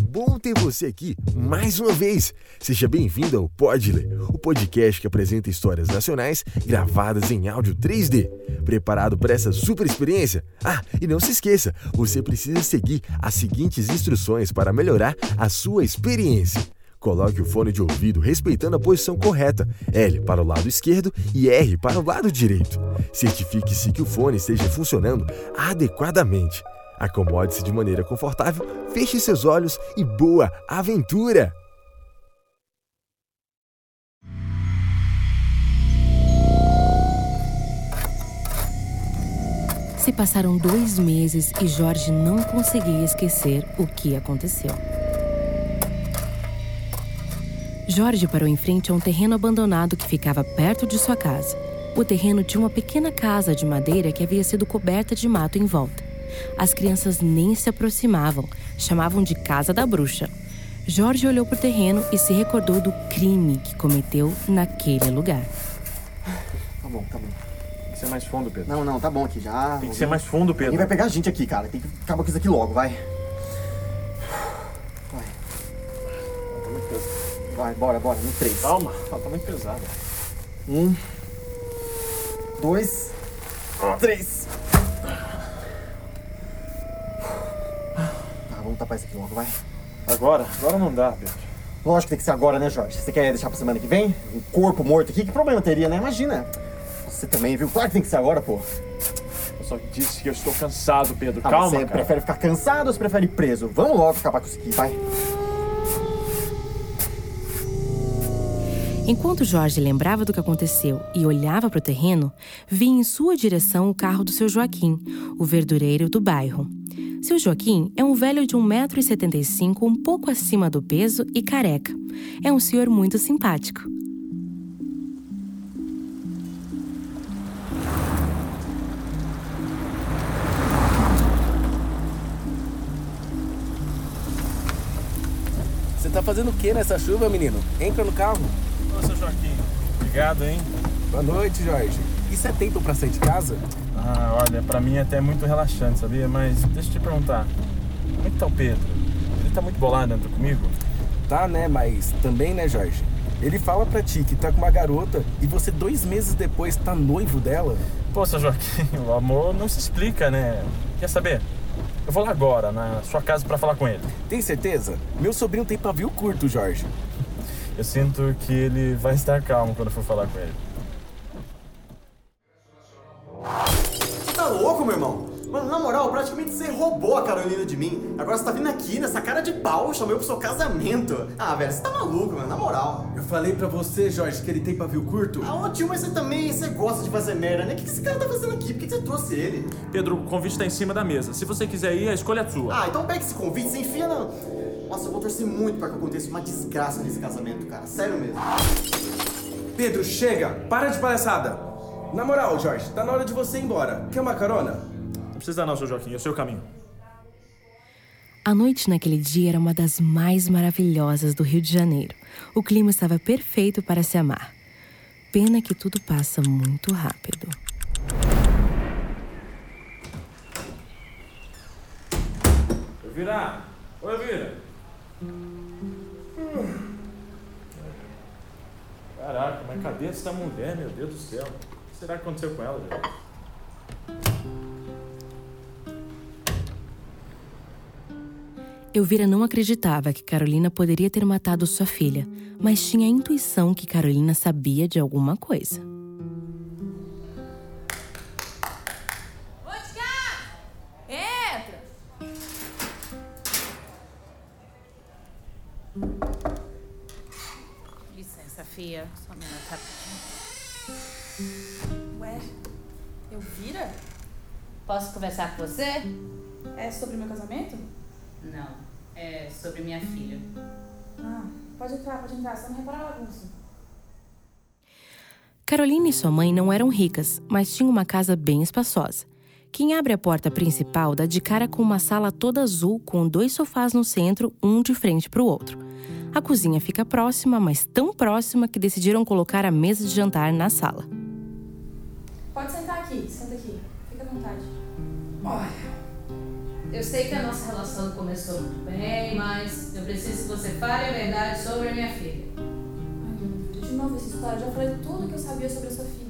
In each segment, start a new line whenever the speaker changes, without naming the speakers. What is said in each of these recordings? bom ter você aqui mais uma vez. Seja bem-vindo ao Podler, o podcast que apresenta histórias nacionais gravadas em áudio 3D. Preparado para essa super experiência? Ah, e não se esqueça, você precisa seguir as seguintes instruções para melhorar a sua experiência. Coloque o fone de ouvido respeitando a posição correta, L para o lado esquerdo e R para o lado direito. Certifique-se que o fone esteja funcionando adequadamente. Acomode-se de maneira confortável, feche seus olhos e boa aventura!
Se passaram dois meses e Jorge não conseguia esquecer o que aconteceu. Jorge parou em frente a um terreno abandonado que ficava perto de sua casa. O terreno tinha uma pequena casa de madeira que havia sido coberta de mato em volta. As crianças nem se aproximavam, chamavam de casa da bruxa. Jorge olhou para o terreno e se recordou do crime que cometeu naquele lugar.
Tá bom, tá bom.
Tem que ser mais fundo, Pedro.
Não, não, tá bom aqui já.
Tem que ser mais fundo,
Ninguém
Pedro.
vai pegar a gente aqui, cara. Tem que acabar com isso aqui logo, vai. Vai,
Tá muito pesado.
vai, bora, bora. No três.
Calma, ela tá muito pesada.
Um. Dois. Três. Tá, vamos tapar isso aqui logo, vai.
Agora, agora não dá, Pedro.
Lógico que tem que ser agora, né, Jorge? Você quer deixar pra semana que vem? Um corpo morto aqui? Que problema teria, né? Imagina. Você também, viu? Claro que tem que ser agora, pô.
Eu só disse que eu estou cansado, Pedro.
Ah,
Calma,
você
cara.
prefere ficar cansado ou você prefere ir preso? Vamos logo acabar com isso aqui, vai.
Enquanto Jorge lembrava do que aconteceu e olhava para o terreno, vinha em sua direção o carro do seu Joaquim, o verdureiro do bairro. Seu Joaquim é um velho de 1,75m, um pouco acima do peso e careca. É um senhor muito simpático.
Você tá fazendo o que nessa chuva, menino? Entra no carro.
Ô, seu Joaquim. Obrigado, hein?
Boa noite, Jorge. E você tem é pra sair de casa?
Ah, olha, pra mim é até muito relaxante, sabia? Mas deixa eu te perguntar. Como é que tá o Pedro? Ele tá muito bolado dentro comigo?
Tá, né? Mas também, né, Jorge? Ele fala pra ti que tá com uma garota e você dois meses depois tá noivo dela.
Pô, seu Joaquim, o amor não se explica, né? Quer saber? Eu vou lá agora, na sua casa, pra falar com ele.
Tem certeza? Meu sobrinho tem pavio curto, Jorge.
Eu sinto que ele vai estar calmo quando eu for falar com ele.
Tá louco, meu irmão? Mano, na moral, praticamente você roubou a Carolina de mim. Agora você tá vindo aqui nessa cara de pau, chamou eu pro seu casamento. Ah, velho, você tá maluco, mano, na moral.
Eu falei pra você, Jorge, que ele tem pavio curto.
Ah, ô tio, mas você também, você gosta de fazer merda, né? O que que esse cara tá fazendo aqui? Por que que você trouxe ele?
Pedro, o convite tá em cima da mesa. Se você quiser ir, a escolha é sua.
Ah, então pega esse convite, se enfia na... Nossa, eu vou torcer muito pra que aconteça uma desgraça nesse casamento, cara. Sério mesmo.
Pedro, chega! Para de palhaçada! Na moral, Jorge, tá na hora de você ir embora. Quer uma carona?
Não precisa não, seu Joaquim. Eu sei o caminho.
A noite naquele dia era uma das mais maravilhosas do Rio de Janeiro. O clima estava perfeito para se amar. Pena que tudo passa muito rápido.
Vira! Oi, Vira!
Caraca, mas cadê essa mulher, meu Deus do céu? O que será que aconteceu com ela, velho?
Elvira não acreditava que Carolina poderia ter matado sua filha, mas tinha a intuição que Carolina sabia de alguma coisa.
Ô, de casa! Entra! Licença, Fia. Só um minuto
tá?
rapidinho. Ué, eu vira?
Posso conversar com você?
É sobre o meu casamento?
Não, é sobre minha filha.
Ah, pode entrar, pode entrar. Você não reparar a bagunça.
Carolina e sua mãe não eram ricas, mas tinham uma casa bem espaçosa. Quem abre a porta principal dá de cara com uma sala toda azul com dois sofás no centro, um de frente para o outro. A cozinha fica próxima, mas tão próxima que decidiram colocar a mesa de jantar na sala.
Pode sentar aqui, senta aqui. Fica à vontade.
Eu sei que a nossa relação começou muito bem, ninguém mais. Eu preciso que você fale a verdade sobre a minha filha.
Ai, meu Deus, de novo essa história. Já falei tudo que eu sabia sobre a sua filha.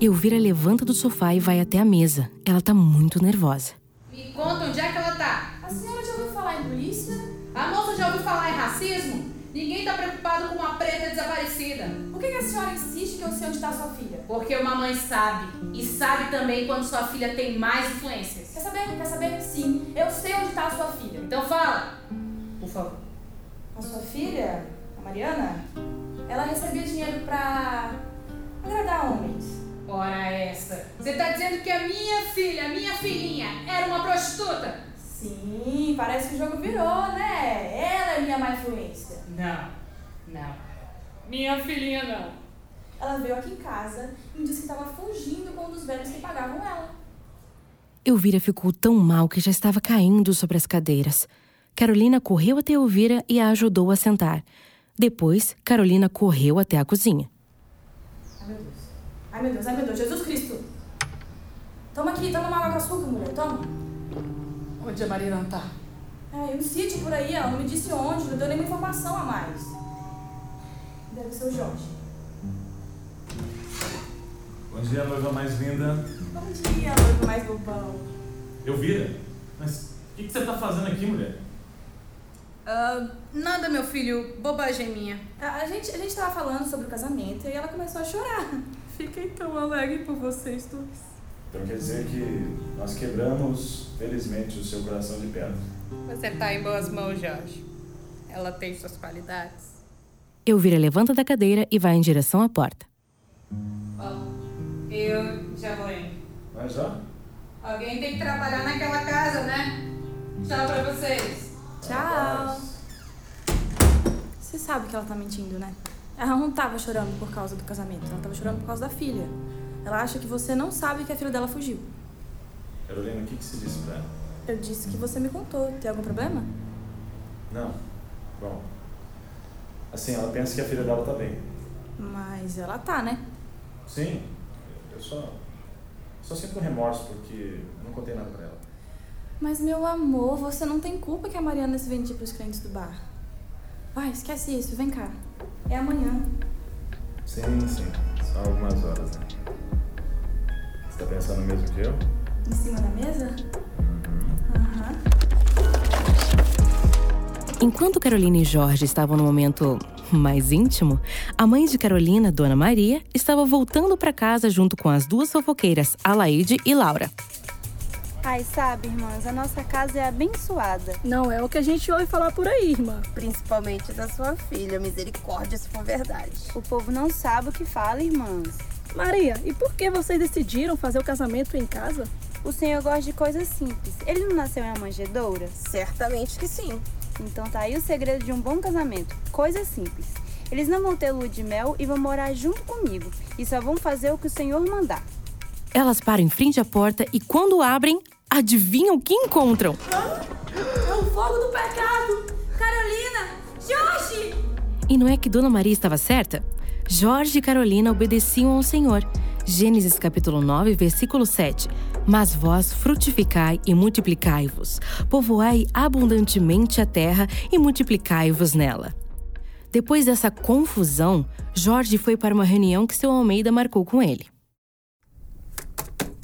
Elvira levanta do sofá e vai até a mesa. Ela tá muito nervosa.
Me conta onde é que ela tá.
A senhora já ouviu falar em polícia?
A moça já ouviu falar em racismo? Ninguém tá preocupado com uma preta desaparecida.
Por que, que a senhora insiste que eu sei onde está sua filha?
Porque uma mãe sabe. E sabe também quando sua filha tem mais influências.
Quer saber? Quer saber? Sim, eu sei onde está a sua filha.
Então fala. Por favor.
A sua filha, a Mariana, ela recebia dinheiro pra agradar homens.
Ora essa. Você tá dizendo que a minha filha, a minha filhinha, era uma prostituta?
Sim, parece que o jogo virou, né? Ela é minha má influência.
Não. Não. Minha filhinha não.
Ela veio aqui em casa e me disse que estava fugindo com um dos velhos que pagavam ela.
Elvira ficou tão mal que já estava caindo sobre as cadeiras. Carolina correu até Elvira e a ajudou a sentar. Depois, Carolina correu até a cozinha.
Ai meu Deus. Ai meu Deus, ai meu Deus, Jesus Cristo! Toma aqui, toma uma água com açúcar, mulher, toma.
Onde a Mariana tá?
É, eu um sítio por aí, ela não me disse onde, não deu nenhuma informação a mais. Deve ser o Jorge.
Bom dia, noiva mais linda.
Bom dia, loiro mais bobão.
Elvira, mas o que, que você tá fazendo aqui, mulher?
Ah, nada, meu filho. Bobagem minha.
A, a gente, a gente tava falando sobre o casamento Então, e ela começou a chorar. Fiquei tão alegre por vocês dois.
Então quer dizer que nós quebramos, felizmente, o seu coração de pedra.
Você tá em boas mãos, Jorge. Ela tem suas qualidades.
Elvira levanta da cadeira e vai em direção à porta.
Bom, eu já vou indo.
Mas já?
Alguém tem que trabalhar naquela casa, né? Tchau pra vocês.
Tchau. Você sabe que ela tá mentindo, né? Ela não tava chorando por causa do casamento, ela tava chorando por causa da filha. Ela acha que você não sabe que a filha dela fugiu.
Carolina, o que, que se disse pra ela?
Eu disse que você me contou. Tem algum problema?
Não. Bom, assim, ela pensa que a filha dela tá bem.
Mas ela tá, né?
Sim, eu só, só sinto um remorso porque eu não contei nada pra ela.
Mas meu amor, você não tem culpa que a Mariana se vendia pros clientes do bar. Vai, esquece isso, vem cá. É amanhã.
Sim, sim. Só algumas horas, né? Você tá pensando o mesmo que eu?
Em cima da mesa? Aham.
Enquanto Carolina e Jorge estavam no momento mais íntimo, a mãe de Carolina, Dona Maria, estava voltando para casa junto com as duas fofoqueiras, Alaide e Laura.
Ai, sabe, irmãs, a nossa casa é abençoada.
Não é o que a gente ouve falar por aí, irmã.
Principalmente da sua filha, misericórdia, se for verdade. O povo não sabe o que fala, irmãs.
Maria, e por que vocês decidiram fazer o casamento em casa?
O senhor gosta de coisas simples. Ele não nasceu em uma manjedoura? Certamente que sim. Então tá aí o segredo de um bom casamento: coisas simples. Eles não vão ter lua de mel e vão morar junto comigo. E só vão fazer o que o senhor mandar.
Elas param em frente à porta e quando abrem, adivinham o que encontram?
É o fogo do pecado! Carolina! Jorge!
E não é que Dona Maria estava certa? Jorge e Carolina obedeciam ao Senhor. Gênesis capítulo 9, versículo 7. Mas vós frutificai e multiplicai-vos, povoai abundantemente a terra e multiplicai-vos nela. Depois dessa confusão, Jorge foi para uma reunião que seu Almeida marcou com ele.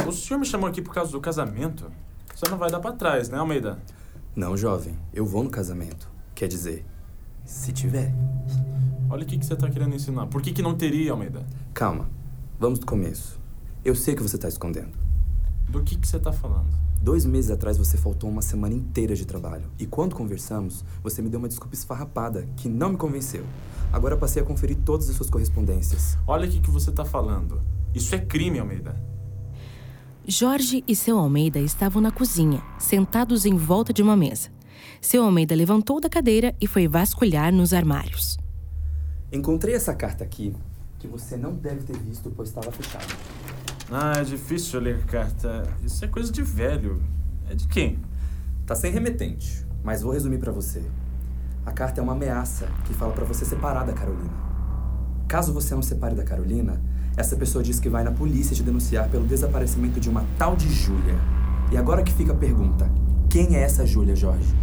O senhor me chamou aqui por causa do casamento? Você não vai dar pra trás, né, Almeida?
Não, jovem, eu vou no casamento. Quer dizer, se tiver.
Olha o que, que você tá querendo ensinar. Por que, que não teria, Almeida?
Calma, vamos do começo. Eu sei que você tá escondendo.
Do que, que você tá falando?
Dois meses atrás você faltou uma semana inteira de trabalho. E quando conversamos, você me deu uma desculpa esfarrapada que não me convenceu. Agora passei a conferir todas as suas correspondências.
Olha o que, que você tá falando. Isso é crime, Almeida.
Jorge e seu Almeida estavam na cozinha, sentados em volta de uma mesa. Seu Almeida levantou da cadeira e foi vasculhar nos armários.
Encontrei essa carta aqui, que você não deve ter visto, pois estava fechada.
Ah, é difícil ler carta. Isso é coisa de velho. É de quem?
Tá sem remetente, mas vou resumir pra você. A carta é uma ameaça que fala pra você separar da Carolina. Caso você não separe da Carolina, essa pessoa diz que vai na polícia te denunciar pelo desaparecimento de uma tal de Júlia. E agora que fica a pergunta: quem é essa Júlia, Jorge?